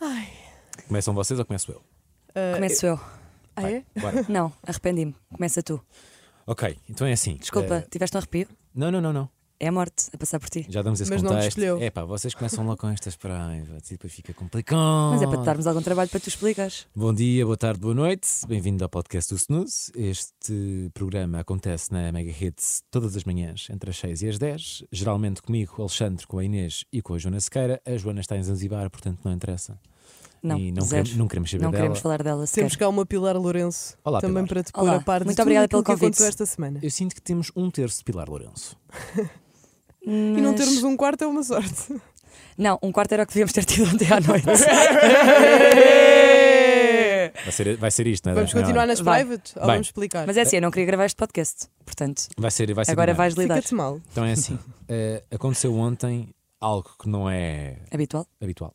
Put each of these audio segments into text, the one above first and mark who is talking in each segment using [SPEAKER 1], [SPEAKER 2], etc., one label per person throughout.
[SPEAKER 1] Ai.
[SPEAKER 2] Começam vocês ou começo eu?
[SPEAKER 1] Ah,
[SPEAKER 3] Começo eu.
[SPEAKER 1] eu- Ah, é?
[SPEAKER 2] Bora.
[SPEAKER 3] Não, arrependi-me. Começa tu.
[SPEAKER 2] ok, então é assim.
[SPEAKER 3] Desculpa,
[SPEAKER 2] eh,
[SPEAKER 3] tiveste um arrepio?
[SPEAKER 2] não, não, não, não.
[SPEAKER 3] É a morte a passar por ti.
[SPEAKER 2] Já damos esse
[SPEAKER 1] Mas não te
[SPEAKER 2] contexto.
[SPEAKER 1] escolheu.
[SPEAKER 2] É pá, vocês começam lá com estas praivas e depois fica complicado.
[SPEAKER 3] Mas é para te darmos algum trabalho para tu explicares.
[SPEAKER 2] Bom dia, boa tarde, boa noite. Bem-vindo ao podcast do Snooze. Este programa acontece na Mega Hits todas as manhãs, entre as 6 e as 10. Geralmente comigo, Alexandre, com a Inês e com a Joana Sequeira. A Joana está em Zanzibar, portanto não interessa.
[SPEAKER 3] Não,
[SPEAKER 2] e não,
[SPEAKER 3] zero.
[SPEAKER 2] queremos, não queremos saber
[SPEAKER 3] Não
[SPEAKER 2] dela.
[SPEAKER 3] queremos falar dela sequer.
[SPEAKER 1] Temos cá uma Pilar Lourenço
[SPEAKER 2] Olá,
[SPEAKER 1] também
[SPEAKER 2] Pilar.
[SPEAKER 1] para te pôr
[SPEAKER 3] Olá.
[SPEAKER 1] a par de
[SPEAKER 3] Muito
[SPEAKER 1] tudo
[SPEAKER 3] obrigada
[SPEAKER 1] aquilo
[SPEAKER 3] pelo
[SPEAKER 1] que
[SPEAKER 3] convite.
[SPEAKER 1] aconteceu esta semana.
[SPEAKER 2] Eu sinto que temos um terço de Pilar Lourenço.
[SPEAKER 1] E não termos um quarto é uma sorte.
[SPEAKER 3] Não, um quarto era o que devíamos ter tido ontem à noite.
[SPEAKER 2] Vai ser, vai ser isto, não é?
[SPEAKER 1] Vamos
[SPEAKER 2] Não,
[SPEAKER 1] continuar nas
[SPEAKER 3] Vai.
[SPEAKER 1] private ou
[SPEAKER 2] Vai.
[SPEAKER 1] vamos explicar?
[SPEAKER 3] Mas é assim, eu não queria gravar este podcast. Portanto,
[SPEAKER 2] Vai ser, vai ser
[SPEAKER 3] agora
[SPEAKER 2] demais.
[SPEAKER 3] vais lidar.
[SPEAKER 1] Fica-te mal.
[SPEAKER 2] Então é assim. eh, aconteceu ontem algo que não é
[SPEAKER 3] Habitual.
[SPEAKER 2] habitual.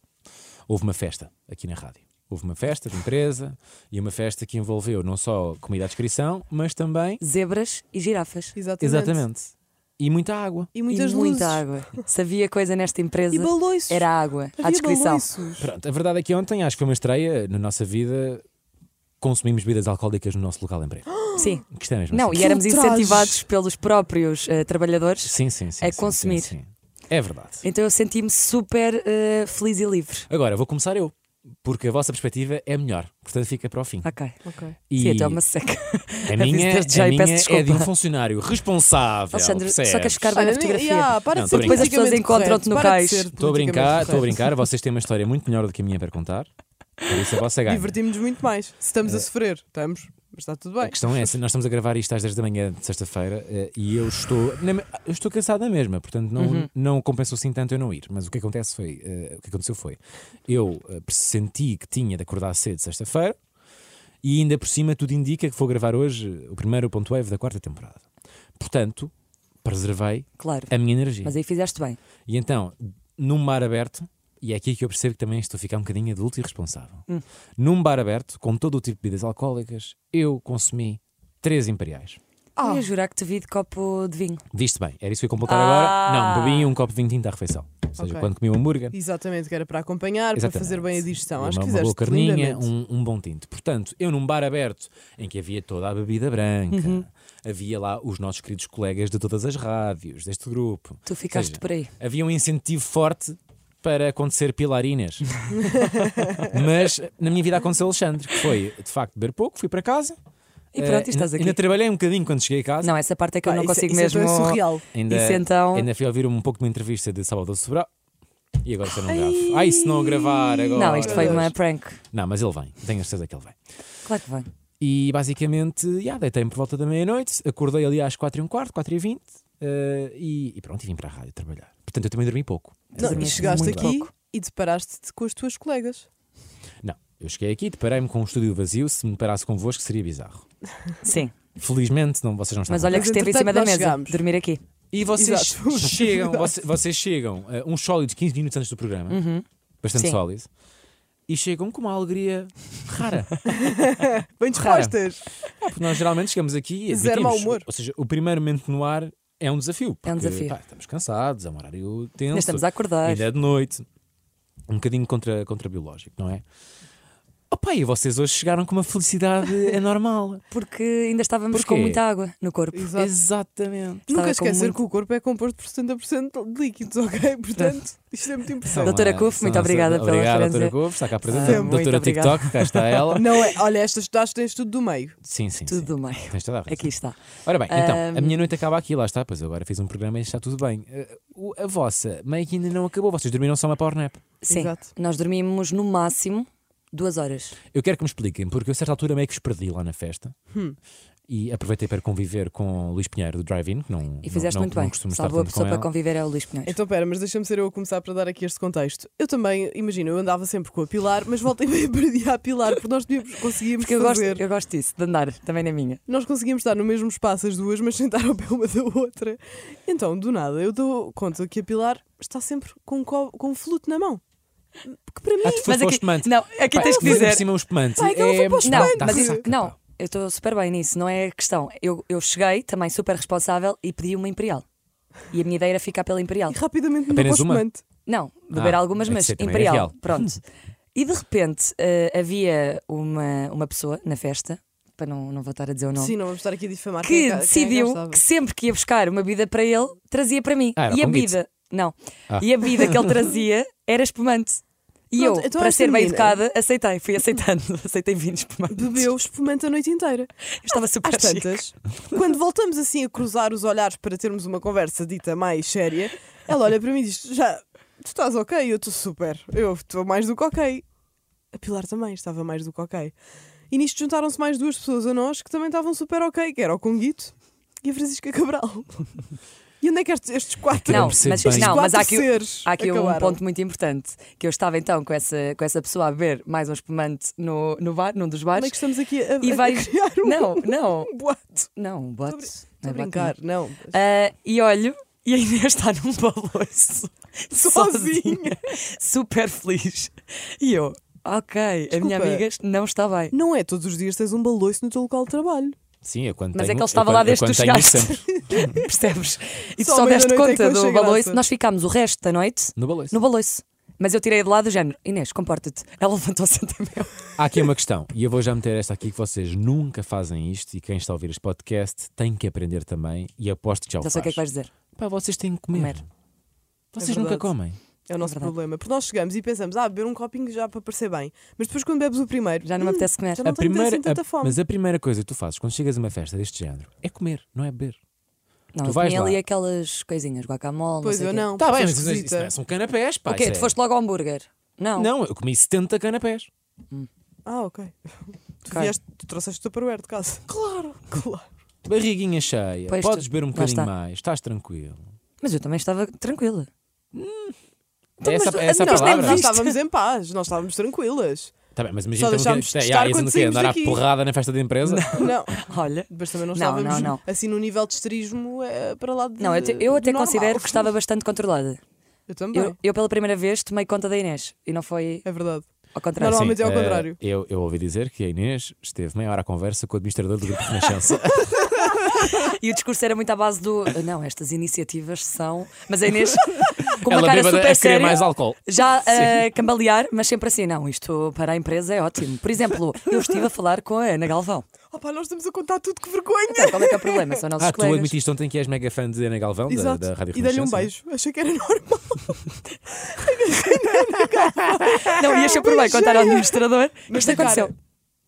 [SPEAKER 2] Houve uma festa aqui na rádio. Houve uma festa de empresa e uma festa que envolveu não só comida à descrição, mas também.
[SPEAKER 3] Zebras e girafas.
[SPEAKER 1] Exatamente.
[SPEAKER 2] Exatamente. E muita água.
[SPEAKER 1] E muitas
[SPEAKER 3] e
[SPEAKER 1] luzes.
[SPEAKER 3] muita água. Se havia coisa nesta empresa,
[SPEAKER 1] E balões.
[SPEAKER 3] era água.
[SPEAKER 1] Havia
[SPEAKER 3] à descrição.
[SPEAKER 1] baloiços.
[SPEAKER 2] Pronto, a verdade é que ontem acho que foi uma estreia na nossa vida. Consumimos bebidas alcoólicas no nosso local de emprego.
[SPEAKER 3] Sim.
[SPEAKER 2] Que isto é mesmo
[SPEAKER 3] Não,
[SPEAKER 2] assim.
[SPEAKER 3] e éramos
[SPEAKER 1] ultraje.
[SPEAKER 3] incentivados pelos próprios eh, trabalhadores.
[SPEAKER 2] Sim, sim, sim.
[SPEAKER 3] é
[SPEAKER 2] sim,
[SPEAKER 3] consumir.
[SPEAKER 2] sim, sim. É verdade.
[SPEAKER 3] Então eu senti-me super eh, feliz e livre.
[SPEAKER 2] Agora, vou começar eu, porque a vossa perspectiva é melhor. Portanto, fica para o fim.
[SPEAKER 3] Ok.
[SPEAKER 1] Ok.
[SPEAKER 2] E
[SPEAKER 3] Sim, então, até uma seca.
[SPEAKER 2] a minha,
[SPEAKER 3] desde já
[SPEAKER 2] a
[SPEAKER 3] e peço
[SPEAKER 2] minha
[SPEAKER 3] desculpa.
[SPEAKER 2] é de um funcionário responsável.
[SPEAKER 3] Alexandre, só que
[SPEAKER 2] percebes?
[SPEAKER 3] as cargas na
[SPEAKER 1] Olha,
[SPEAKER 3] fotografia.
[SPEAKER 1] yeah, para
[SPEAKER 2] Não,
[SPEAKER 1] de
[SPEAKER 2] tô
[SPEAKER 1] ser
[SPEAKER 2] a brincar. Depois
[SPEAKER 3] as pessoas
[SPEAKER 1] politicamente
[SPEAKER 3] encontram-te no
[SPEAKER 1] correto. Para de
[SPEAKER 3] cais.
[SPEAKER 1] ser
[SPEAKER 2] Estou a brincar,
[SPEAKER 1] politicamente
[SPEAKER 2] estou a
[SPEAKER 1] correto.
[SPEAKER 2] brincar. Vocês têm uma história muito melhor do que a minha para contar. Por isso a vossa ganha.
[SPEAKER 1] Divertimos muito mais. Se
[SPEAKER 3] É.
[SPEAKER 1] estamos a sofrer, estamos, mas está tudo
[SPEAKER 2] A
[SPEAKER 1] bem.
[SPEAKER 2] questão é essa, nós estamos a gravar isto às 10 da manhã de sexta-feira eh, e eu estou, na me- eu estou cansado da mesma, portanto não,
[SPEAKER 3] Uhum.
[SPEAKER 2] não compensou assim tanto eu não ir. Mas o que acontece foi, eh, o que aconteceu foi, eu eh, senti que tinha de acordar cedo sexta-feira e ainda por cima tudo indica que vou gravar hoje o primeiro ponto wave da quarta temporada. Portanto, preservei
[SPEAKER 3] Claro.
[SPEAKER 2] a minha energia.
[SPEAKER 3] Mas aí fizeste bem.
[SPEAKER 2] E então, num mar aberto, e é aqui que eu percebo que também estou a ficar um bocadinho adulto e responsável.
[SPEAKER 1] Hum.
[SPEAKER 2] Num bar aberto, com todo o tipo de bebidas alcoólicas, eu consumi três imperiais.
[SPEAKER 1] Ah.
[SPEAKER 3] Eu ia jurar que te vi de copo de vinho.
[SPEAKER 2] Viste bem, era isso que eu ia completar
[SPEAKER 3] Ah.
[SPEAKER 2] agora? Não, bebi um copo de vinho tinto à refeição. Ou seja,
[SPEAKER 1] Ok.
[SPEAKER 2] quando comi um hambúrguer,
[SPEAKER 1] Exatamente, que era para acompanhar, para
[SPEAKER 2] Exatamente.
[SPEAKER 1] fazer bem a digestão.
[SPEAKER 2] uma,
[SPEAKER 1] Acho que
[SPEAKER 2] uma boa
[SPEAKER 1] fizeste
[SPEAKER 2] carninha,
[SPEAKER 1] lindamente.
[SPEAKER 2] um, um bom tinto. Portanto, eu num bar aberto, em que havia toda a bebida branca,
[SPEAKER 1] Uhum.
[SPEAKER 2] havia lá os nossos queridos colegas de todas as rádios deste grupo.
[SPEAKER 3] Tu ficaste
[SPEAKER 2] Seja,
[SPEAKER 3] por aí.
[SPEAKER 2] havia um incentivo forte para acontecer pilarinas. Mas na minha vida aconteceu Alexandre, que foi de facto beber pouco, fui para casa.
[SPEAKER 3] E
[SPEAKER 2] Eh,
[SPEAKER 3] pronto, e estás
[SPEAKER 2] ainda-
[SPEAKER 3] aqui.
[SPEAKER 2] Ainda trabalhei um bocadinho quando cheguei a casa.
[SPEAKER 3] Não, essa parte é que eu
[SPEAKER 1] Pá,
[SPEAKER 3] não
[SPEAKER 1] isso-
[SPEAKER 3] consigo
[SPEAKER 1] isso
[SPEAKER 3] mesmo.
[SPEAKER 1] então é surreal.
[SPEAKER 2] Ainda,
[SPEAKER 3] Isso então-
[SPEAKER 2] ainda fui ouvir um pouco de uma entrevista de Salvador Sobral. E agora se eu não gravo. Ai, se não gravar agora.
[SPEAKER 3] Não, isto foi
[SPEAKER 1] Meu
[SPEAKER 3] uma
[SPEAKER 1] Deus.
[SPEAKER 3] prank.
[SPEAKER 2] Não, mas ele vem, tenho a certeza que ele vem.
[SPEAKER 3] Claro que vem.
[SPEAKER 2] E basicamente, yeah, deitei-me por volta da meia-noite, acordei ali às 4 e um quarto, 4 e 20 e, e pronto, e vim para a rádio trabalhar. Portanto, eu também dormi pouco.
[SPEAKER 1] Não,
[SPEAKER 3] Sim,
[SPEAKER 1] e
[SPEAKER 2] Dormi
[SPEAKER 1] chegaste
[SPEAKER 2] muito
[SPEAKER 1] aqui
[SPEAKER 2] pouco.
[SPEAKER 1] e deparaste-te com as tuas colegas.
[SPEAKER 2] Não, eu cheguei aqui, deparei-me com um estúdio vazio. Se me deparasse convosco, seria bizarro.
[SPEAKER 3] Sim.
[SPEAKER 2] Felizmente, não, vocês não estão.
[SPEAKER 3] Mas olha
[SPEAKER 1] Mas
[SPEAKER 3] que esteve em
[SPEAKER 1] entretanto
[SPEAKER 3] cima da
[SPEAKER 1] nós
[SPEAKER 3] mesa.
[SPEAKER 1] chegámos.
[SPEAKER 3] Dormir aqui.
[SPEAKER 2] E vocês
[SPEAKER 1] Exato.
[SPEAKER 2] chegam, voce- vocês chegam eh, uns sólidos 15 minutos antes do programa, bastante
[SPEAKER 3] Uhum. Sim.
[SPEAKER 2] sólidos, e chegam com uma alegria rara.
[SPEAKER 1] Bem
[SPEAKER 2] Rara.
[SPEAKER 1] dispostas.
[SPEAKER 2] É, porque nós geralmente chegamos aqui e
[SPEAKER 1] Zero mau
[SPEAKER 2] admitimos.
[SPEAKER 1] humor.
[SPEAKER 2] Ou seja, o primeiro momento no ar é um desafio.
[SPEAKER 3] É um
[SPEAKER 2] porque,
[SPEAKER 3] desafio.
[SPEAKER 2] pá, estamos cansados, é um horário
[SPEAKER 3] Ainda
[SPEAKER 2] tenso.
[SPEAKER 3] estamos a acordar.
[SPEAKER 2] Ainda é de noite. Um bocadinho contra, contra biológico, não é? Opa, e vocês hoje chegaram com uma felicidade anormal.
[SPEAKER 3] Porque ainda estávamos
[SPEAKER 2] Porquê?
[SPEAKER 3] com muita água no corpo.
[SPEAKER 1] Exato.
[SPEAKER 2] Exatamente.
[SPEAKER 3] Estava
[SPEAKER 1] Nunca
[SPEAKER 3] com
[SPEAKER 1] esquecer
[SPEAKER 3] muito-
[SPEAKER 1] que o corpo é composto por 70% de líquidos, ok? Portanto, isto é muito
[SPEAKER 2] Então,
[SPEAKER 1] impressionante.
[SPEAKER 3] Doutora
[SPEAKER 2] é,
[SPEAKER 3] Kuf,
[SPEAKER 2] são-
[SPEAKER 3] muito obrigada pela
[SPEAKER 2] Obrigado, doutora
[SPEAKER 3] referência.
[SPEAKER 2] Kuf, está cá presente.
[SPEAKER 3] Ah, muito
[SPEAKER 2] doutora
[SPEAKER 3] obrigada.
[SPEAKER 2] TikTok, cá está ela.
[SPEAKER 1] Não é, olha, estas tu tens tudo do meio.
[SPEAKER 2] Sim, sim.
[SPEAKER 3] Tudo
[SPEAKER 2] sim.
[SPEAKER 3] do meio.
[SPEAKER 2] Tens toda a razão.
[SPEAKER 3] Aqui está.
[SPEAKER 2] Ora bem, então,
[SPEAKER 3] Ahm.
[SPEAKER 2] a minha noite acaba aqui, lá está, pois eu agora fiz um programa e está tudo bem. Eh, o- A vossa meio que ainda não acabou, vocês dormiram só uma power nap.
[SPEAKER 3] Sim.
[SPEAKER 1] Exato.
[SPEAKER 3] Nós dormimos no máximo duas horas.
[SPEAKER 2] Eu quero que me expliquem, porque eu a certa altura meio que os perdi lá na festa
[SPEAKER 3] Hum.
[SPEAKER 2] e aproveitei para conviver com o Luís Pinheiro do Drive-In, que não,
[SPEAKER 3] E fizeste
[SPEAKER 2] não,
[SPEAKER 3] muito
[SPEAKER 2] não
[SPEAKER 3] bem.
[SPEAKER 2] costumo estar
[SPEAKER 3] Salvou a
[SPEAKER 2] tanto com
[SPEAKER 3] pessoa para
[SPEAKER 2] ela.
[SPEAKER 3] conviver é o Luís Pinheiro.
[SPEAKER 1] Então, pera, mas deixa-me ser eu a começar para dar aqui este contexto. Eu também, imagina, eu andava sempre com a Pilar, mas voltei meio perdia a Pilar, porque nós devíamos, conseguíamos
[SPEAKER 3] Porque eu gosto,
[SPEAKER 1] fazer.
[SPEAKER 3] eu gosto disso, de andar também na minha.
[SPEAKER 1] Nós conseguimos estar no mesmo espaço as duas, mas sentar ao pé uma da outra. Então, do nada, eu dou conta que a Pilar está sempre com um, co- com um flute na mão. Que para mim.
[SPEAKER 2] Ah, tu foste
[SPEAKER 3] Mas
[SPEAKER 2] para o
[SPEAKER 3] aqui-
[SPEAKER 2] espumante.
[SPEAKER 3] Não, aqui
[SPEAKER 2] Pá,
[SPEAKER 3] tens que
[SPEAKER 2] ainda Por
[SPEAKER 3] dizer.
[SPEAKER 2] cima, o espumante. Tá,
[SPEAKER 1] Pá, é que ela foi para o
[SPEAKER 2] Não,
[SPEAKER 1] espumante.
[SPEAKER 2] dá
[SPEAKER 3] mas isso-
[SPEAKER 2] saca,
[SPEAKER 3] não,
[SPEAKER 2] pá.
[SPEAKER 3] eu estou super bem nisso, não é questão. Eu, eu cheguei também super responsável e pedi uma Imperial. E a minha ideia era ficar pela Imperial.
[SPEAKER 1] E rapidamente me deu
[SPEAKER 2] Apenas
[SPEAKER 1] para o
[SPEAKER 2] uma?
[SPEAKER 1] espumante.
[SPEAKER 3] Não, beber
[SPEAKER 2] Ah,
[SPEAKER 3] algumas,
[SPEAKER 2] é que
[SPEAKER 3] mas
[SPEAKER 2] isso é também
[SPEAKER 3] Imperial.
[SPEAKER 2] real.
[SPEAKER 3] Pronto. E de repente eh, havia uma, uma pessoa na festa, para não, não voltar a dizer o nome,
[SPEAKER 1] Sim, não vamos estar aqui a difamar quem é cá- quem
[SPEAKER 3] que
[SPEAKER 1] é cá
[SPEAKER 3] decidiu
[SPEAKER 1] estava.
[SPEAKER 3] que sempre que ia buscar uma bebida para ele, trazia para mim.
[SPEAKER 2] Ah, era
[SPEAKER 3] e a
[SPEAKER 2] com guito.
[SPEAKER 3] bebida, não.
[SPEAKER 2] Ah.
[SPEAKER 3] E a bebida que ele trazia era espumante. E
[SPEAKER 1] Pronto,
[SPEAKER 3] eu,
[SPEAKER 1] então
[SPEAKER 3] para
[SPEAKER 1] esta
[SPEAKER 3] ser bem
[SPEAKER 1] menina-
[SPEAKER 3] educada, aceitei, fui aceitando, aceitei vinhos espumante.
[SPEAKER 1] Bebeu espumante a noite inteira.
[SPEAKER 3] Eu estava super
[SPEAKER 1] Às
[SPEAKER 3] chique.
[SPEAKER 1] tantas, quando voltamos assim a cruzar os olhares para termos uma conversa dita mais séria, ela olha para mim e diz: Já, tu estás ok? Eu estou super. Eu estou mais do que ok. A Pilar também estava mais do que ok. E nisto juntaram-se mais duas pessoas a nós que também estavam super ok, que era o Conguito e a Francisca Cabral. E onde é que estes, estes quatro,
[SPEAKER 3] Não,
[SPEAKER 2] perceber
[SPEAKER 3] mas,
[SPEAKER 2] bem.
[SPEAKER 1] estes
[SPEAKER 3] não, mas
[SPEAKER 1] quatro
[SPEAKER 3] há aqui,
[SPEAKER 1] seres
[SPEAKER 3] Há aqui um
[SPEAKER 1] acabaram?
[SPEAKER 3] ponto muito importante, que eu estava então com essa, com essa pessoa a beber mais um espumante no, no bar, num dos
[SPEAKER 1] Como é
[SPEAKER 3] bares.
[SPEAKER 1] que estamos aqui a,
[SPEAKER 3] E
[SPEAKER 1] a- a
[SPEAKER 3] vais-
[SPEAKER 1] criar um
[SPEAKER 3] Não, não,
[SPEAKER 1] boato?
[SPEAKER 3] não, bote.
[SPEAKER 1] brin-
[SPEAKER 3] não
[SPEAKER 1] Estou a
[SPEAKER 3] é bote
[SPEAKER 1] brincar, não.
[SPEAKER 3] nenhum. Ah, e olho, e a Inês está num balanço, sozinha,
[SPEAKER 1] Sozinha.
[SPEAKER 3] super feliz. E eu, ok, a minha
[SPEAKER 1] Desculpa.
[SPEAKER 3] amiga não está bem.
[SPEAKER 1] Não é todos os dias tens um baloiço no teu local de trabalho.
[SPEAKER 2] Sim, eu quando
[SPEAKER 3] Mas
[SPEAKER 2] tenho,
[SPEAKER 3] é que ele
[SPEAKER 2] eu
[SPEAKER 3] estava
[SPEAKER 2] quando-
[SPEAKER 3] lá
[SPEAKER 2] eu
[SPEAKER 3] desde que
[SPEAKER 2] quando
[SPEAKER 3] tu
[SPEAKER 2] tenho
[SPEAKER 3] chegaste.
[SPEAKER 2] sempre
[SPEAKER 3] Percebes? E tu
[SPEAKER 1] Só
[SPEAKER 3] só
[SPEAKER 1] ao
[SPEAKER 3] deste
[SPEAKER 1] meia-noite é que
[SPEAKER 3] conta
[SPEAKER 1] eu achei
[SPEAKER 3] do baloiço.
[SPEAKER 1] graça.
[SPEAKER 3] Nós ficámos o resto da noite
[SPEAKER 2] no balanço.
[SPEAKER 3] no baloiço. Mas eu tirei de lado do género. Inês, comporta-te. Ela levantou-se até meu.
[SPEAKER 2] Há aqui uma questão, e eu vou já meter esta aqui que vocês nunca fazem isto, e quem está a ouvir este podcast tem que aprender também, e aposto que já o
[SPEAKER 3] Já
[SPEAKER 2] faz.
[SPEAKER 3] sei o que é que vais dizer.
[SPEAKER 2] Pá, vocês têm que comer.
[SPEAKER 3] Comer.
[SPEAKER 2] Vocês
[SPEAKER 1] É
[SPEAKER 2] nunca
[SPEAKER 1] verdade.
[SPEAKER 2] comem.
[SPEAKER 1] É o nosso
[SPEAKER 3] verdade.
[SPEAKER 1] problema. Porque nós chegamos e pensamos, ah, beber um copinho já para parecer bem. Mas depois quando bebes o primeiro,
[SPEAKER 3] Já não me
[SPEAKER 1] hum,
[SPEAKER 3] apetece comer.
[SPEAKER 1] Já não
[SPEAKER 2] a
[SPEAKER 1] tenho
[SPEAKER 2] primeira,
[SPEAKER 1] assim tanta
[SPEAKER 2] a-
[SPEAKER 1] fome.
[SPEAKER 2] Mas a primeira coisa que tu fazes quando chegas a uma festa deste género é comer, não é beber.
[SPEAKER 3] Não,
[SPEAKER 2] Tu
[SPEAKER 3] eu
[SPEAKER 2] vais
[SPEAKER 3] tinha
[SPEAKER 2] lá.
[SPEAKER 3] ali aquelas coisinhas, guacamole,
[SPEAKER 1] Pois
[SPEAKER 3] não sei
[SPEAKER 1] eu
[SPEAKER 3] o quê.
[SPEAKER 1] não.
[SPEAKER 2] Tá
[SPEAKER 1] porque
[SPEAKER 2] bem,
[SPEAKER 1] sou
[SPEAKER 2] mas isso- isso
[SPEAKER 1] esquisita.
[SPEAKER 2] não é- são canapés, pá.
[SPEAKER 3] O quê?
[SPEAKER 2] isso
[SPEAKER 3] Tu
[SPEAKER 2] é-
[SPEAKER 3] foste logo ao hambúrguer? Não.
[SPEAKER 2] Não, eu comi 70 canapés. é
[SPEAKER 1] Ah, ok. Tu,
[SPEAKER 3] Ok.
[SPEAKER 1] vieste, tu trouxeste o tupperware de casa. Claro. Claro.
[SPEAKER 2] Barriguinha cheia,
[SPEAKER 3] Pois,
[SPEAKER 2] podes
[SPEAKER 3] tu-
[SPEAKER 2] beber um
[SPEAKER 3] lá
[SPEAKER 2] bocadinho
[SPEAKER 3] está.
[SPEAKER 2] mais, estás tranquilo.
[SPEAKER 3] Mas eu também estava tranquila.
[SPEAKER 2] É essa,
[SPEAKER 3] Então, mas-
[SPEAKER 2] é essa a
[SPEAKER 3] não, mas nem
[SPEAKER 2] palavra?
[SPEAKER 1] Nós
[SPEAKER 3] viste.
[SPEAKER 1] estávamos em paz, nós estávamos tranquilas.
[SPEAKER 2] Tá bem, mas
[SPEAKER 1] Só
[SPEAKER 2] imagina que
[SPEAKER 1] deixámos de estar quando saímos
[SPEAKER 2] andar à
[SPEAKER 1] daqui.
[SPEAKER 2] porrada na festa da empresa.
[SPEAKER 1] Não,
[SPEAKER 3] Olha.
[SPEAKER 1] mas também não
[SPEAKER 3] Não,
[SPEAKER 1] estávamos
[SPEAKER 3] não, não.
[SPEAKER 1] assim no nível de esterismo é, para lá de
[SPEAKER 3] Não, eu, te- eu
[SPEAKER 1] do
[SPEAKER 3] até
[SPEAKER 1] normal.
[SPEAKER 3] considero que estava bastante controlada.
[SPEAKER 1] Eu também,
[SPEAKER 3] Eu, eu pela primeira vez tomei conta da Inês e não foi
[SPEAKER 1] é verdade.
[SPEAKER 3] ao contrário.
[SPEAKER 1] Normalmente é ao
[SPEAKER 2] eh,
[SPEAKER 1] contrário.
[SPEAKER 2] eu, eu ouvi dizer que a Inês esteve meia hora à conversa com o administrador do Grupo Renascença.
[SPEAKER 3] E o discurso era muito à base do "Ah, não, estas iniciativas são. Mas a Inês, com uma
[SPEAKER 2] Ela
[SPEAKER 3] cara
[SPEAKER 2] bêbada a
[SPEAKER 3] super
[SPEAKER 2] querer
[SPEAKER 3] séria,
[SPEAKER 2] mais álcool.
[SPEAKER 3] já a cambalear, mas sempre assim, não, isto para a empresa é ótimo. Por exemplo, eu estive a falar com a Ana Galvão.
[SPEAKER 1] Opa, nós estamos a contar tudo, que vergonha!
[SPEAKER 3] Então, qual é que é o problema? São nossos
[SPEAKER 2] Ah, tu
[SPEAKER 3] colegas.
[SPEAKER 2] admitiste ontem que és mega fã de Ana Galvão, é, da,
[SPEAKER 1] Exato.
[SPEAKER 2] da Rádio
[SPEAKER 1] e dei-lhe um
[SPEAKER 2] Renascença.
[SPEAKER 1] beijo. Achei que era normal.
[SPEAKER 3] Não, ia sempre bem contar ao administrador.
[SPEAKER 1] Mas
[SPEAKER 3] Isto
[SPEAKER 1] da cara.
[SPEAKER 3] aconteceu.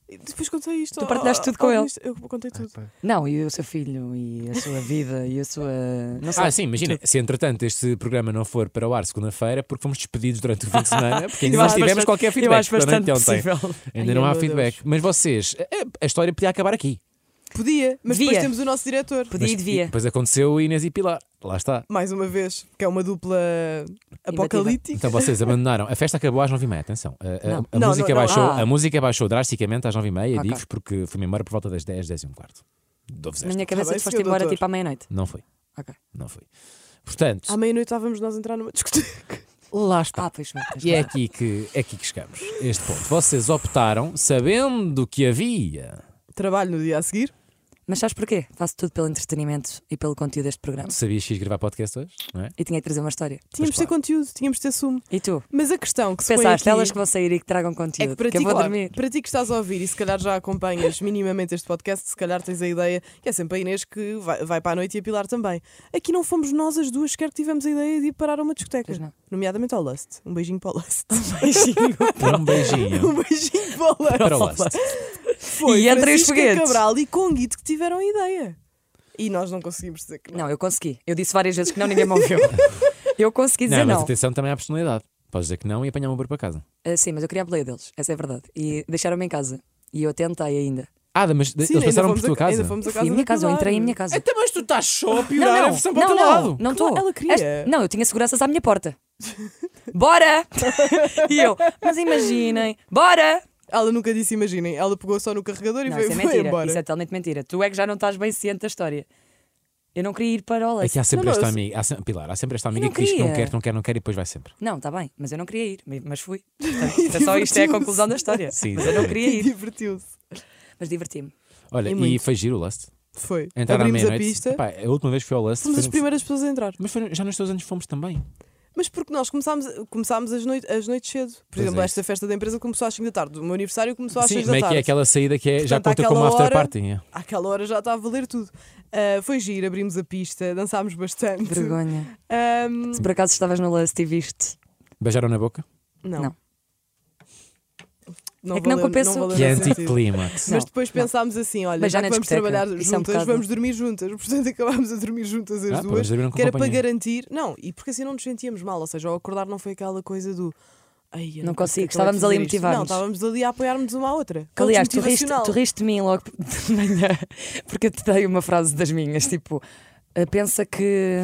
[SPEAKER 1] E Depois contei isto.
[SPEAKER 3] Tu
[SPEAKER 1] ao-
[SPEAKER 3] partilhaste tudo
[SPEAKER 1] ao-
[SPEAKER 3] com
[SPEAKER 1] ao
[SPEAKER 3] ele.
[SPEAKER 1] ministro. Eu contei tudo.
[SPEAKER 3] Não, e o seu filho, e a sua vida, e a sua. Não sei.
[SPEAKER 2] Ah, sim, imagina, se entretanto este programa não for para o ar segunda-feira, porque fomos despedidos durante o fim de semana, porque ainda
[SPEAKER 3] Eu
[SPEAKER 2] não
[SPEAKER 3] acho
[SPEAKER 2] tivemos
[SPEAKER 3] bastante-
[SPEAKER 2] qualquer
[SPEAKER 3] Eu
[SPEAKER 2] feedback
[SPEAKER 3] acho bastante
[SPEAKER 2] durante ontem.
[SPEAKER 3] possível.
[SPEAKER 2] Ainda
[SPEAKER 1] Ai,
[SPEAKER 2] não há
[SPEAKER 1] meu
[SPEAKER 2] feedback. Mas vocês, a, a história podia acabar aqui.
[SPEAKER 1] Podia, mas
[SPEAKER 3] Devia.
[SPEAKER 1] depois temos o nosso diretor.
[SPEAKER 3] Podia e
[SPEAKER 2] Mas
[SPEAKER 3] devia.
[SPEAKER 2] Depois aconteceu Inês e Pilar. Lá está.
[SPEAKER 1] Mais uma vez, que é uma dupla apocalíptica.
[SPEAKER 2] Então vocês abandonaram. A festa acabou às 9h30, atenção. A, a-
[SPEAKER 3] Não.
[SPEAKER 2] a
[SPEAKER 1] Não,
[SPEAKER 2] música
[SPEAKER 1] não, não.
[SPEAKER 2] baixou,
[SPEAKER 3] Ah.
[SPEAKER 2] a música baixou drasticamente às 9h30,
[SPEAKER 3] Ok.
[SPEAKER 2] digo-vos, porque fui-me embora por volta das 10, 10 e um quarto. Dou-vos
[SPEAKER 3] Na
[SPEAKER 2] esta.
[SPEAKER 3] minha cabeça
[SPEAKER 1] bem,
[SPEAKER 3] tu foste
[SPEAKER 1] senhor
[SPEAKER 3] embora
[SPEAKER 1] doutor.
[SPEAKER 3] tipo à meia-noite.
[SPEAKER 2] Não foi.
[SPEAKER 3] Ok.
[SPEAKER 2] Não foi. Portanto,
[SPEAKER 1] À meia-noite estávamos nós a entrar numa discoteca.
[SPEAKER 2] lá está.
[SPEAKER 3] Ah, pois bem. tens
[SPEAKER 2] E é
[SPEAKER 3] razão.
[SPEAKER 2] aqui, que, é aqui que chegamos, a este ponto. Vocês optaram, sabendo que havia,
[SPEAKER 1] Trabalho no dia a seguir.
[SPEAKER 3] Mas sabes porquê? Faço tudo pelo entretenimento e pelo conteúdo deste programa.
[SPEAKER 2] sabias que ias gravar podcast hoje, não é?
[SPEAKER 3] E tinha que trazer uma história.
[SPEAKER 1] Tínhamos de ter
[SPEAKER 2] claro.
[SPEAKER 1] conteúdo, tínhamos de ter sumo.
[SPEAKER 3] E tu?
[SPEAKER 1] Mas a questão que se põe
[SPEAKER 3] Pensaste,
[SPEAKER 1] aqui
[SPEAKER 3] elas que vão sair e que tragam
[SPEAKER 1] é
[SPEAKER 3] conteúdo.
[SPEAKER 1] que para
[SPEAKER 3] eu
[SPEAKER 1] ti,
[SPEAKER 3] vou
[SPEAKER 1] claro,
[SPEAKER 3] dormir.
[SPEAKER 1] para ti que estás a ouvir e se calhar já acompanhas minimamente este podcast, se calhar tens a ideia que é sempre a Inês que vai, vai para a noite e a Pilar também. Aqui não fomos nós as duas sequer que tivemos a ideia de ir parar a uma discoteca.
[SPEAKER 3] Pois não.
[SPEAKER 1] Nomeadamente ao Lust. Um beijinho para o Lust.
[SPEAKER 3] Beijinho.
[SPEAKER 2] Um beijinho
[SPEAKER 1] um beijinho para o Lust.
[SPEAKER 2] para o Lust.
[SPEAKER 1] Foi
[SPEAKER 3] E entre os
[SPEAKER 1] Francisca
[SPEAKER 3] foguetes.
[SPEAKER 1] Cabral e Conguito que tiveram a ideia. E nós não conseguimos dizer que não.
[SPEAKER 3] Não, eu consegui. Eu disse várias vezes que não, ninguém me ouviu. Eu consegui dizer
[SPEAKER 2] Não, mas
[SPEAKER 3] não.
[SPEAKER 2] atenção também à personalidade. Podes dizer que não e apanhar um Uber para casa.
[SPEAKER 3] Ah, sim, mas eu queria a boleia deles, essa é a verdade. E deixaram-me em casa. E eu tentei ainda.
[SPEAKER 2] Ah, mas de-
[SPEAKER 1] Sim,
[SPEAKER 2] eles
[SPEAKER 1] ainda
[SPEAKER 2] passaram por
[SPEAKER 1] fomos a
[SPEAKER 2] tua
[SPEAKER 1] ca-
[SPEAKER 2] casa.
[SPEAKER 1] Ainda fomos a
[SPEAKER 3] Eu
[SPEAKER 1] casa
[SPEAKER 3] fui à minha
[SPEAKER 1] da
[SPEAKER 3] casa, eu
[SPEAKER 1] Pilar.
[SPEAKER 3] entrei em minha casa.
[SPEAKER 2] Então, mas tu estás só a
[SPEAKER 3] Não, não, não, não, não
[SPEAKER 1] Claro,
[SPEAKER 3] estou.
[SPEAKER 1] ela queria.
[SPEAKER 3] Esta- não, eu tinha seguranças à minha porta. Bora! e eu, mas imaginem, bora!
[SPEAKER 1] Ela nunca disse, imaginem. Ela pegou só no carregador e
[SPEAKER 3] Não,
[SPEAKER 1] foi,
[SPEAKER 3] isso é
[SPEAKER 1] foi
[SPEAKER 3] mentira.
[SPEAKER 1] embora.
[SPEAKER 3] Isso é totalmente mentira. Tu é que já não estás bem ciente da história. Eu não queria ir para o
[SPEAKER 2] É
[SPEAKER 3] leite.
[SPEAKER 2] que há sempre
[SPEAKER 1] Não, não,
[SPEAKER 2] esta
[SPEAKER 1] eu sei.
[SPEAKER 2] amiga, há sempre, Pilar, há sempre esta
[SPEAKER 3] não
[SPEAKER 2] amiga que diz que não
[SPEAKER 3] queria.
[SPEAKER 2] quer, que não quer, não quer e depois vai sempre.
[SPEAKER 3] Não, está bem, mas eu não queria ir, mas fui. Portanto, só isto é a
[SPEAKER 1] divertiu-se.
[SPEAKER 3] conclusão da história.
[SPEAKER 2] Sim,
[SPEAKER 3] mas eu não
[SPEAKER 2] exatamente.
[SPEAKER 3] queria
[SPEAKER 1] E
[SPEAKER 3] ir.
[SPEAKER 1] divertiu-se.
[SPEAKER 3] Mas diverti-me.
[SPEAKER 2] Olha,
[SPEAKER 1] E
[SPEAKER 2] e,
[SPEAKER 1] muito.
[SPEAKER 2] foi giro o Lust.
[SPEAKER 1] Foi.
[SPEAKER 2] Entrar à
[SPEAKER 1] Abrimos a
[SPEAKER 2] meia-noite.
[SPEAKER 1] pista.
[SPEAKER 2] Epá, A última vez que fui ao Lust.
[SPEAKER 1] Fomos
[SPEAKER 2] foi
[SPEAKER 1] as
[SPEAKER 2] no-
[SPEAKER 1] primeiras pessoas a entrar.
[SPEAKER 2] Mas foi- já nos teus anos fomos também.
[SPEAKER 1] Mas porque nós começámos, começámos as, noite, as noites cedo. Por
[SPEAKER 2] Pois
[SPEAKER 1] exemplo,
[SPEAKER 2] é.
[SPEAKER 1] esta festa da empresa começou às 5 da tarde. O meu aniversário começou às
[SPEAKER 2] Sim,
[SPEAKER 1] 6
[SPEAKER 2] como
[SPEAKER 1] da
[SPEAKER 2] é
[SPEAKER 1] tarde.
[SPEAKER 2] que é aquela saída que é, já
[SPEAKER 1] Portanto,
[SPEAKER 2] conta como
[SPEAKER 1] àquela
[SPEAKER 2] after
[SPEAKER 1] hora-
[SPEAKER 2] party? é?
[SPEAKER 1] Àquela hora já está a valer tudo. Ah, foi giro, abrimos a pista, dançámos bastante.
[SPEAKER 3] Vergonha.
[SPEAKER 1] Ahm,
[SPEAKER 3] Se por acaso estavas no lance e viste.
[SPEAKER 2] Beijaram na boca?
[SPEAKER 1] não.
[SPEAKER 3] Não.
[SPEAKER 1] Não
[SPEAKER 3] É que não
[SPEAKER 1] valeu-
[SPEAKER 3] compensa.
[SPEAKER 1] valeu
[SPEAKER 2] Que é
[SPEAKER 1] nesse sentido.
[SPEAKER 2] anticlímax.
[SPEAKER 1] Mas
[SPEAKER 3] Não,
[SPEAKER 1] depois
[SPEAKER 3] não.
[SPEAKER 1] pensámos assim: olha,
[SPEAKER 3] Mas
[SPEAKER 1] já
[SPEAKER 3] já
[SPEAKER 1] que
[SPEAKER 3] na
[SPEAKER 1] vamos
[SPEAKER 3] discoteca,
[SPEAKER 1] trabalhar
[SPEAKER 3] isso é um
[SPEAKER 1] juntas,
[SPEAKER 3] bocado-
[SPEAKER 1] vamos dormir juntas. Portanto, acabámos a dormir juntas as
[SPEAKER 2] Ah,
[SPEAKER 1] duas.
[SPEAKER 2] podes dormir com
[SPEAKER 1] Que era para
[SPEAKER 2] companhia.
[SPEAKER 1] garantir. Não, e porque assim não nos sentíamos mal. Ou seja, ao acordar não foi aquela coisa do. Ai, eu
[SPEAKER 3] Não
[SPEAKER 1] nunca sei é que acabei
[SPEAKER 3] consigo,
[SPEAKER 1] de
[SPEAKER 3] estávamos ali a
[SPEAKER 1] fazer isto." Não,
[SPEAKER 3] motivar-nos.
[SPEAKER 1] estávamos ali a apoiarmos uma à outra. Que é um
[SPEAKER 3] Aliás, tu riste,
[SPEAKER 1] desmotivacional.
[SPEAKER 3] tu riste de mim logo de manhã, porque eu te dei uma frase das minhas, tipo, "Ah, pensa que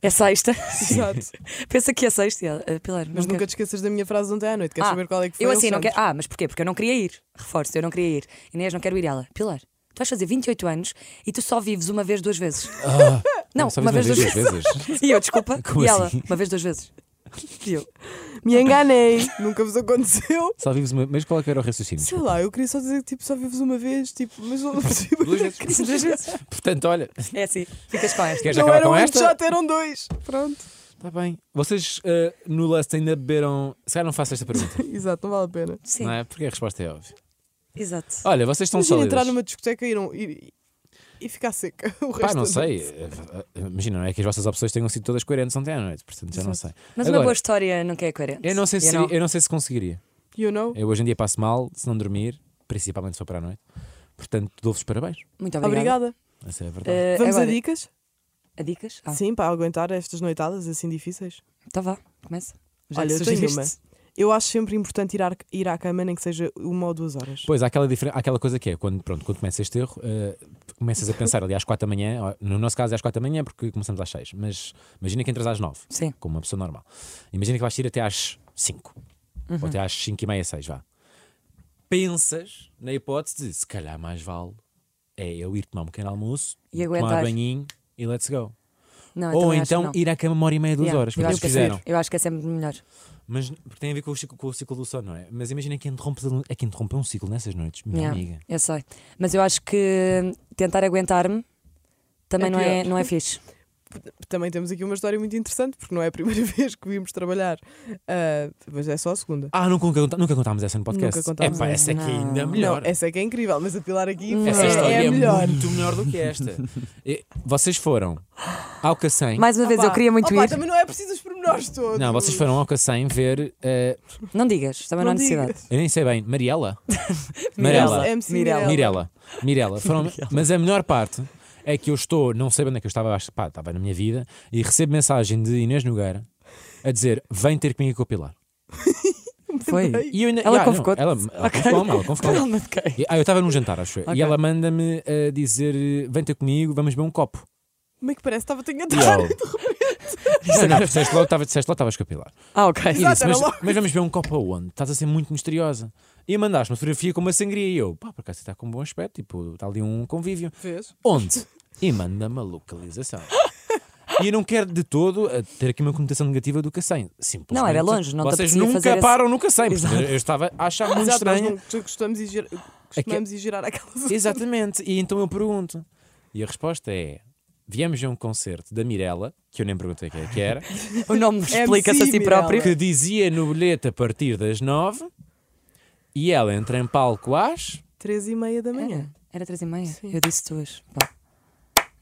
[SPEAKER 3] é sexta.
[SPEAKER 1] Exato.
[SPEAKER 3] pensa que é sexta. E ela, "Ah, Pilar,
[SPEAKER 1] Mas
[SPEAKER 3] não
[SPEAKER 1] nunca
[SPEAKER 3] quero."
[SPEAKER 1] te esqueças da minha frase de ontem à noite. Queres
[SPEAKER 3] Ah,
[SPEAKER 1] saber qual é que foi?
[SPEAKER 3] Eu assim, não
[SPEAKER 1] Alexandre?
[SPEAKER 3] quero. Ah, mas porquê? Porque eu não queria ir. Reforço, eu não queria ir. Inês, não quero ir. Ela, Pilar, tu vais fazer 28 anos e tu só vives uma vez, duas vezes.
[SPEAKER 2] Ah,
[SPEAKER 3] Não,
[SPEAKER 2] só
[SPEAKER 3] uma
[SPEAKER 2] fiz
[SPEAKER 3] vez, duas vezes.
[SPEAKER 2] vezes.
[SPEAKER 3] E eu, desculpa.
[SPEAKER 2] Como
[SPEAKER 3] e ela,
[SPEAKER 2] assim?
[SPEAKER 3] uma vez, duas vezes. E Ah, eu,
[SPEAKER 1] Me enganei. nunca vos aconteceu.
[SPEAKER 2] Só vives uma... Mas qual é que era o raciocínio?
[SPEAKER 1] Sei lá, eu queria só dizer que tipo, só vives uma vez, tipo, mas não percebo.
[SPEAKER 2] Duas vezes.
[SPEAKER 3] duas vezes.
[SPEAKER 2] Portanto, olha,
[SPEAKER 3] É assim, ficas com esta.
[SPEAKER 2] queres
[SPEAKER 1] Não
[SPEAKER 2] acabar
[SPEAKER 1] eram
[SPEAKER 2] com
[SPEAKER 1] oito, já
[SPEAKER 2] esta?
[SPEAKER 1] eram dois. Pronto.
[SPEAKER 2] Está tá bem. Vocês ah, no Lust ainda beberam. Se calhar não faço esta pergunta,
[SPEAKER 1] Exato, não vale a pena.
[SPEAKER 3] Sim,
[SPEAKER 2] não é? Ah, Porque a resposta é óbvia.
[SPEAKER 3] exato.
[SPEAKER 2] Olha, vocês estão
[SPEAKER 1] Imagina entrar
[SPEAKER 2] sólidas.
[SPEAKER 1] numa discoteca e, não, e, e ficar seca. O
[SPEAKER 2] Pá,
[SPEAKER 1] resto
[SPEAKER 2] não
[SPEAKER 1] da
[SPEAKER 2] sei.
[SPEAKER 1] noite.
[SPEAKER 2] Ah, ah, Imagina, não é que as vossas opções tenham sido todas coerentes ontem à noite, portanto já não sei.
[SPEAKER 3] Mas uma
[SPEAKER 2] Agora,
[SPEAKER 3] boa história nunca é coerente.
[SPEAKER 2] eu não sei, se, seria- eu não sei se conseguiria.
[SPEAKER 1] You know?
[SPEAKER 2] Eu hoje em dia passo mal se não dormir, principalmente se for para a noite. Portanto, dou-vos parabéns.
[SPEAKER 3] Muito obrigada.
[SPEAKER 1] Obrigada.
[SPEAKER 2] Essa é a verdade.
[SPEAKER 3] Eh,
[SPEAKER 1] Vamos
[SPEAKER 3] agora,
[SPEAKER 1] a dicas?
[SPEAKER 3] a dicas? Ah,
[SPEAKER 1] Sim, para aguentar estas noitadas assim difíceis.
[SPEAKER 3] Tá vá, começa. Já
[SPEAKER 1] Olha,
[SPEAKER 3] que
[SPEAKER 1] eu tenho
[SPEAKER 3] sugeriste.
[SPEAKER 1] Eu acho sempre importante ir, ar- ir à cama, nem que seja uma ou duas horas.
[SPEAKER 2] Pois, há aquela, diferen- há aquela coisa que é, quando, pronto, quando começa este erro, eh, começas a pensar ali às 4 da manhã, ó, no nosso caso é às 4 da manhã porque começamos às 6, mas imagina que entras às 9,
[SPEAKER 3] Sim.
[SPEAKER 2] como uma pessoa normal. Imagina que vais ir até às 5,
[SPEAKER 3] Uhum.
[SPEAKER 2] ou até às 5 e meia, 6, vá. Pensas na hipótese de, se calhar mais vale é eu ir tomar um pequeno almoço,
[SPEAKER 3] E
[SPEAKER 2] tomar
[SPEAKER 3] aguentar.
[SPEAKER 2] banhinho e let's go.
[SPEAKER 3] Não, eu
[SPEAKER 2] ou
[SPEAKER 3] também acho que
[SPEAKER 2] então
[SPEAKER 3] não.
[SPEAKER 2] ir à cama uma hora e meia, duas
[SPEAKER 3] Yeah,
[SPEAKER 2] horas,
[SPEAKER 3] eu
[SPEAKER 2] como
[SPEAKER 3] acho
[SPEAKER 2] vocês
[SPEAKER 3] que é
[SPEAKER 2] fizeram.
[SPEAKER 3] sempre- Eu acho que é sempre melhor.
[SPEAKER 2] Mas porque tem a ver com o, ciclo, com o ciclo do sono, não é? Mas imagina que interrompes, ali- é que interrompeu um ciclo nessas noites, minha
[SPEAKER 3] Yeah,
[SPEAKER 2] amiga.
[SPEAKER 3] Eu sei. Mas eu acho que tentar aguentar-me também
[SPEAKER 1] É
[SPEAKER 3] não, é,
[SPEAKER 1] pior.
[SPEAKER 3] não é fixe.
[SPEAKER 1] Também temos aqui uma história muito interessante, porque não é a primeira vez que vimos trabalhar, ah, mas é só a segunda.
[SPEAKER 2] Ah, nunca, conta- nunca contámos essa no podcast.
[SPEAKER 1] Nunca contámos
[SPEAKER 2] Epá, essa aqui
[SPEAKER 3] Não.
[SPEAKER 2] ainda é
[SPEAKER 3] Não,
[SPEAKER 2] melhor.
[SPEAKER 1] Não, essa é que é incrível, mas a Pilar aqui
[SPEAKER 3] Não.
[SPEAKER 2] Essa
[SPEAKER 1] é-
[SPEAKER 2] história
[SPEAKER 1] é,
[SPEAKER 2] é,
[SPEAKER 1] a melhor.
[SPEAKER 2] muito melhor do que esta. E Vocês foram ao Cacém.
[SPEAKER 3] Mais uma vez,
[SPEAKER 1] Opa,
[SPEAKER 3] eu queria muito
[SPEAKER 1] opa,
[SPEAKER 3] ir.
[SPEAKER 1] também não é preciso os pormenores todos.
[SPEAKER 2] Não, vocês foram ao Cacém ver. eh,
[SPEAKER 3] Não digas, também não, há
[SPEAKER 1] Não
[SPEAKER 3] necessidade.
[SPEAKER 2] eu nem sei bem, Mariela?
[SPEAKER 1] Mirella.
[SPEAKER 2] Mirella.
[SPEAKER 1] MC
[SPEAKER 3] Mirella.
[SPEAKER 1] Mirella.
[SPEAKER 2] Mirela. Mirela. Foram- Mas a melhor parte é que eu estou, não sei onde é que eu estava, acho que pá, estava na minha vida, e recebo mensagem de Inês Nogueira a dizer: vem ter comigo com o Pilar.
[SPEAKER 3] Foi.
[SPEAKER 2] E eu ainda-
[SPEAKER 3] Ela
[SPEAKER 2] Ah, não,
[SPEAKER 3] convocou-te?
[SPEAKER 2] Ela, ela
[SPEAKER 3] Ok.
[SPEAKER 2] convocou-me, ela convocou-me.
[SPEAKER 3] Calma, de quem?
[SPEAKER 2] E- Ah, eu estava num jantar, acho eu.
[SPEAKER 3] Ok.
[SPEAKER 2] E ela manda-me a dizer: vem ter comigo, vamos beber um copo.
[SPEAKER 1] Como é que parece? Estava a
[SPEAKER 2] E
[SPEAKER 1] tentar.
[SPEAKER 2] eu. Não, não, disseste logo, estava- disseste logo, estavas com a Pilar.
[SPEAKER 3] Ah, ok.
[SPEAKER 2] E
[SPEAKER 1] Exato,
[SPEAKER 2] disse,
[SPEAKER 1] era
[SPEAKER 2] mas,
[SPEAKER 1] logo.
[SPEAKER 2] mas vamos beber um copo aonde? Estás a ser muito misteriosa. E mandaste uma fotografia com uma sangria. E eu, pá, por acaso está com um bom aspecto, tipo, está ali um convívio.
[SPEAKER 1] Vês?
[SPEAKER 2] Onde? E manda-me a localização. E eu não quero de todo eh, ter aqui uma conotação negativa do Cacém. Simplesmente.
[SPEAKER 3] Não, era longe, não te
[SPEAKER 2] Vocês
[SPEAKER 3] apetecia
[SPEAKER 2] nunca
[SPEAKER 3] fazer esse-
[SPEAKER 2] param no Cacém. portanto, Eu estava a achar muito
[SPEAKER 1] Exato, nós
[SPEAKER 2] estranho.
[SPEAKER 1] não costumamos ir girar, costumamos ir girar aquelas.
[SPEAKER 2] Exatamente. E então eu pergunto. E a resposta é: viemos ver um concerto da Mirella, que eu nem perguntei quem é que era,
[SPEAKER 3] O nome
[SPEAKER 1] É
[SPEAKER 3] explica-se a si
[SPEAKER 1] Mirella.
[SPEAKER 3] próprio.
[SPEAKER 2] que dizia no bilhete a partir das nove e ela entra em palco às.
[SPEAKER 1] Três e meia da manhã.
[SPEAKER 3] Era, era três e meia. Eu disse duas. Pá.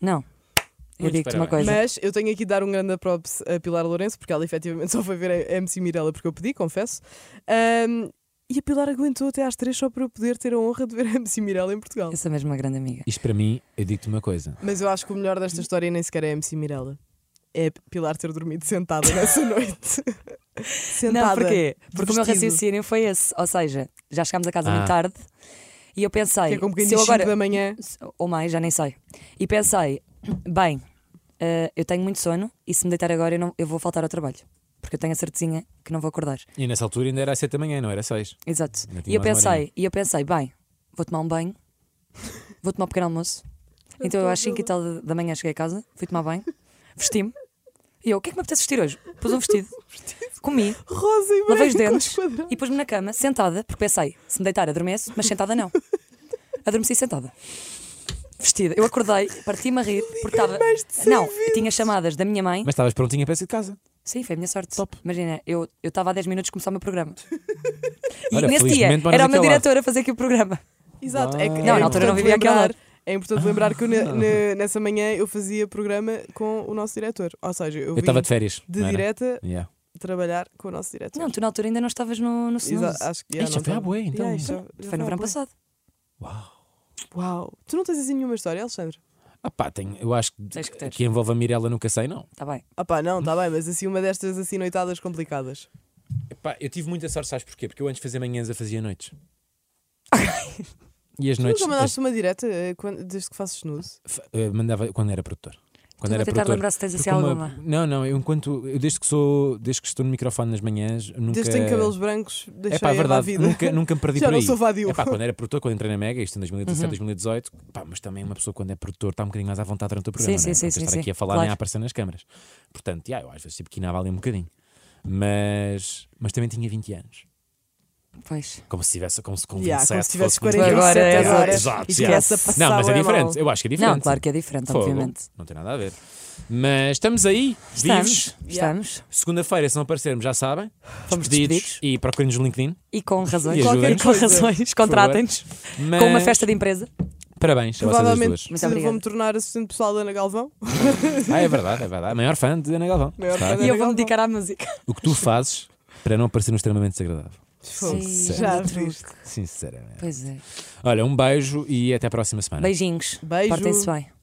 [SPEAKER 3] Não. Eu
[SPEAKER 2] Muito
[SPEAKER 3] digo-te uma
[SPEAKER 2] parabéns.
[SPEAKER 3] coisa.
[SPEAKER 1] Mas eu tenho aqui de dar um grande props a Pilar Lourenço, porque ela efetivamente só foi ver a MC Mirella porque eu pedi, confesso. Ahm, e a Pilar aguentou até às três só para eu poder ter a honra de ver a MC Mirella em Portugal.
[SPEAKER 3] Essa mesma grande amiga.
[SPEAKER 2] Isto para mim, eu digo-te uma coisa.
[SPEAKER 1] Mas eu acho que o melhor desta história nem sequer é a MC Mirella. É a Pilar ter dormido sentada nessa noite. sentada.
[SPEAKER 3] Não, porquê? Porque o meu
[SPEAKER 1] vestido.
[SPEAKER 3] raciocínio foi esse. Ou seja, já chegámos a casa
[SPEAKER 2] Ah.
[SPEAKER 3] muito tarde e eu
[SPEAKER 1] Que
[SPEAKER 3] pensei.
[SPEAKER 1] é como quem
[SPEAKER 3] se eu
[SPEAKER 1] diz
[SPEAKER 3] agora.
[SPEAKER 1] cinco da manhã.
[SPEAKER 3] Ou mais, já nem sei. E pensei, bem, eh, eu tenho muito sono e se me deitar agora eu, não, eu vou faltar ao trabalho. Porque eu tenho a certezinha que não vou acordar.
[SPEAKER 2] E nessa altura ainda era às 7 da manhã, não era às 6.
[SPEAKER 3] Exato.
[SPEAKER 2] Ainda tinha
[SPEAKER 3] E eu
[SPEAKER 2] mais uma horinha.
[SPEAKER 3] pensei, e eu pensei, bem, vou tomar um banho, vou tomar um pequeno almoço. Então eu às 5 e tal da- da manhã cheguei a casa, fui tomar banho, vesti-me. E eu, o que é que me apetece vestir hoje? Pus um vestido, comi,
[SPEAKER 1] Rosa e branco.
[SPEAKER 3] lavei
[SPEAKER 1] aos
[SPEAKER 3] os dentes
[SPEAKER 1] quadrados.
[SPEAKER 3] e pus-me na cama, sentada, porque pensei, se me deitar adormeço, mas sentada não. Adormeci sentada. Vestida. Eu acordei, parti-me a rir, porque estava.
[SPEAKER 1] mais de cem
[SPEAKER 3] Não, eu tinha chamadas da minha mãe.
[SPEAKER 2] Mas estavas prontinha para sair de casa.
[SPEAKER 3] Sim, foi a minha sorte.
[SPEAKER 2] Top.
[SPEAKER 3] Imagina, eu eu estava há 10 minutos de começar o meu programa. E
[SPEAKER 2] Olha,
[SPEAKER 3] nesse dia
[SPEAKER 2] felizmente, vamos
[SPEAKER 3] era o meu
[SPEAKER 2] até lá.
[SPEAKER 3] diretor a fazer aqui o programa.
[SPEAKER 1] Exato. É, que-
[SPEAKER 2] Ah.
[SPEAKER 1] é
[SPEAKER 3] Não, na altura não
[SPEAKER 1] importante
[SPEAKER 3] vivia aqui ao
[SPEAKER 1] lembrar-
[SPEAKER 3] lado.
[SPEAKER 1] É importante lembrar que eu ne- ne- nessa manhã eu fazia programa com o nosso diretor. Ou seja, eu
[SPEAKER 2] Eu estava
[SPEAKER 1] vim
[SPEAKER 2] de férias.
[SPEAKER 1] de
[SPEAKER 2] não era?
[SPEAKER 1] direta
[SPEAKER 2] Yeah.
[SPEAKER 1] trabalhar com o nosso diretor.
[SPEAKER 3] Não, tu na altura ainda não estavas no, no Snooze.
[SPEAKER 1] Exato, Ah, acho que
[SPEAKER 2] Isto já foi à bué, então.
[SPEAKER 1] Yeah, isto já- já
[SPEAKER 3] Foi no
[SPEAKER 1] à
[SPEAKER 3] verão
[SPEAKER 1] bué.
[SPEAKER 3] passado.
[SPEAKER 2] Uau.
[SPEAKER 1] Uau. Tu não tens assim nenhuma história, Alexandre?
[SPEAKER 2] Ah pá, tenho, eu acho que,
[SPEAKER 3] Tens que
[SPEAKER 2] que,
[SPEAKER 3] ter.
[SPEAKER 2] envolve a Mirella nunca sei, não.
[SPEAKER 3] Está Tá bem.
[SPEAKER 1] Ah pá, não, está bem, mas assim uma destas assim noitadas complicadas.
[SPEAKER 2] Epá, eu tive muita sorte, sabes porquê? Porque eu antes de fazer manhãs eu fazia noites. e as
[SPEAKER 1] Tu
[SPEAKER 2] noites.
[SPEAKER 1] nunca
[SPEAKER 2] as-
[SPEAKER 1] mandaste uma direta eh, quando- desde que faças snooze?
[SPEAKER 2] fa- eh, mandava quando era produtor. Quando era
[SPEAKER 3] Estou a tentar
[SPEAKER 2] produtor.
[SPEAKER 3] lembrar se tens assim
[SPEAKER 2] Porque uma-
[SPEAKER 3] alguma.
[SPEAKER 2] Não, não, eu enquanto. Eu desde que sou. Desde que estou no microfone nas manhãs, nunca.
[SPEAKER 1] Desde que tenho cabelos brancos, deixei
[SPEAKER 2] é pá, é
[SPEAKER 1] ela à
[SPEAKER 2] verdade,
[SPEAKER 1] vida.
[SPEAKER 2] nunca, nunca me perdi
[SPEAKER 1] Já
[SPEAKER 2] por
[SPEAKER 1] não
[SPEAKER 2] aí.
[SPEAKER 1] sou vadio.
[SPEAKER 2] É pá, quando era produtor, quando entrei na Mega, isto em 2017,
[SPEAKER 3] Uhum.
[SPEAKER 2] 2018, pá, mas também uma pessoa quando é produtor está um bocadinho mais à vontade durante o programa.
[SPEAKER 3] Sim,
[SPEAKER 2] não é? Não
[SPEAKER 3] sim, sim,
[SPEAKER 2] tens de
[SPEAKER 3] sim,
[SPEAKER 2] estar aqui
[SPEAKER 3] sim.
[SPEAKER 2] a falar nem
[SPEAKER 3] Claro.
[SPEAKER 2] a aparecer nas câmaras. Portanto, yeah, eu às vezes tipo quinava ali um bocadinho. Mas, mas também tinha 20 anos.
[SPEAKER 3] Pois.
[SPEAKER 2] Como se tivesse, como se com 27
[SPEAKER 1] Yeah, como se tivesse
[SPEAKER 2] fosse muito-
[SPEAKER 1] 47
[SPEAKER 3] Agora é-
[SPEAKER 1] agora.
[SPEAKER 2] Exato, yeah.
[SPEAKER 1] e tivesse a passar
[SPEAKER 2] Não, mas é
[SPEAKER 1] bué mal.
[SPEAKER 2] diferente. Eu acho que é diferente.
[SPEAKER 3] Não, claro que é diferente,
[SPEAKER 2] Fogo.
[SPEAKER 3] obviamente.
[SPEAKER 2] Não tem nada a ver. Mas estamos aí,
[SPEAKER 3] Estamos,
[SPEAKER 2] vivos.
[SPEAKER 3] estamos.
[SPEAKER 2] Segunda-feira, se não aparecermos, já sabem.
[SPEAKER 3] Fomos
[SPEAKER 2] Despedidos.
[SPEAKER 3] despedidos.
[SPEAKER 2] E procurem-nos no LinkedIn.
[SPEAKER 3] E com razões.
[SPEAKER 2] E ajudem.
[SPEAKER 3] com razões. Contratem-nos.
[SPEAKER 2] Mas...
[SPEAKER 3] Com uma festa de empresa.
[SPEAKER 2] Parabéns a vocês as duas.
[SPEAKER 1] Provavelmente
[SPEAKER 3] Muito
[SPEAKER 1] se
[SPEAKER 3] obrigada.
[SPEAKER 1] vou-me tornar assistente pessoal da Ana Galvão.
[SPEAKER 2] Ah, é verdade, é verdade. Maior fã de Ana Galvão.
[SPEAKER 1] Maior
[SPEAKER 2] Está.
[SPEAKER 1] fã de-
[SPEAKER 3] E eu vou-me
[SPEAKER 1] Legal,
[SPEAKER 3] dedicar à música.
[SPEAKER 2] O que tu fazes para não parecer um extremamente desagradável. Sim,
[SPEAKER 1] já
[SPEAKER 3] olha o é um truque.
[SPEAKER 1] viste.
[SPEAKER 2] Sinceramente.
[SPEAKER 3] Pois é.
[SPEAKER 2] Olha, um beijo e até a próxima semana.
[SPEAKER 3] Beijinhos.
[SPEAKER 1] Beijo.
[SPEAKER 3] Portem-se bem.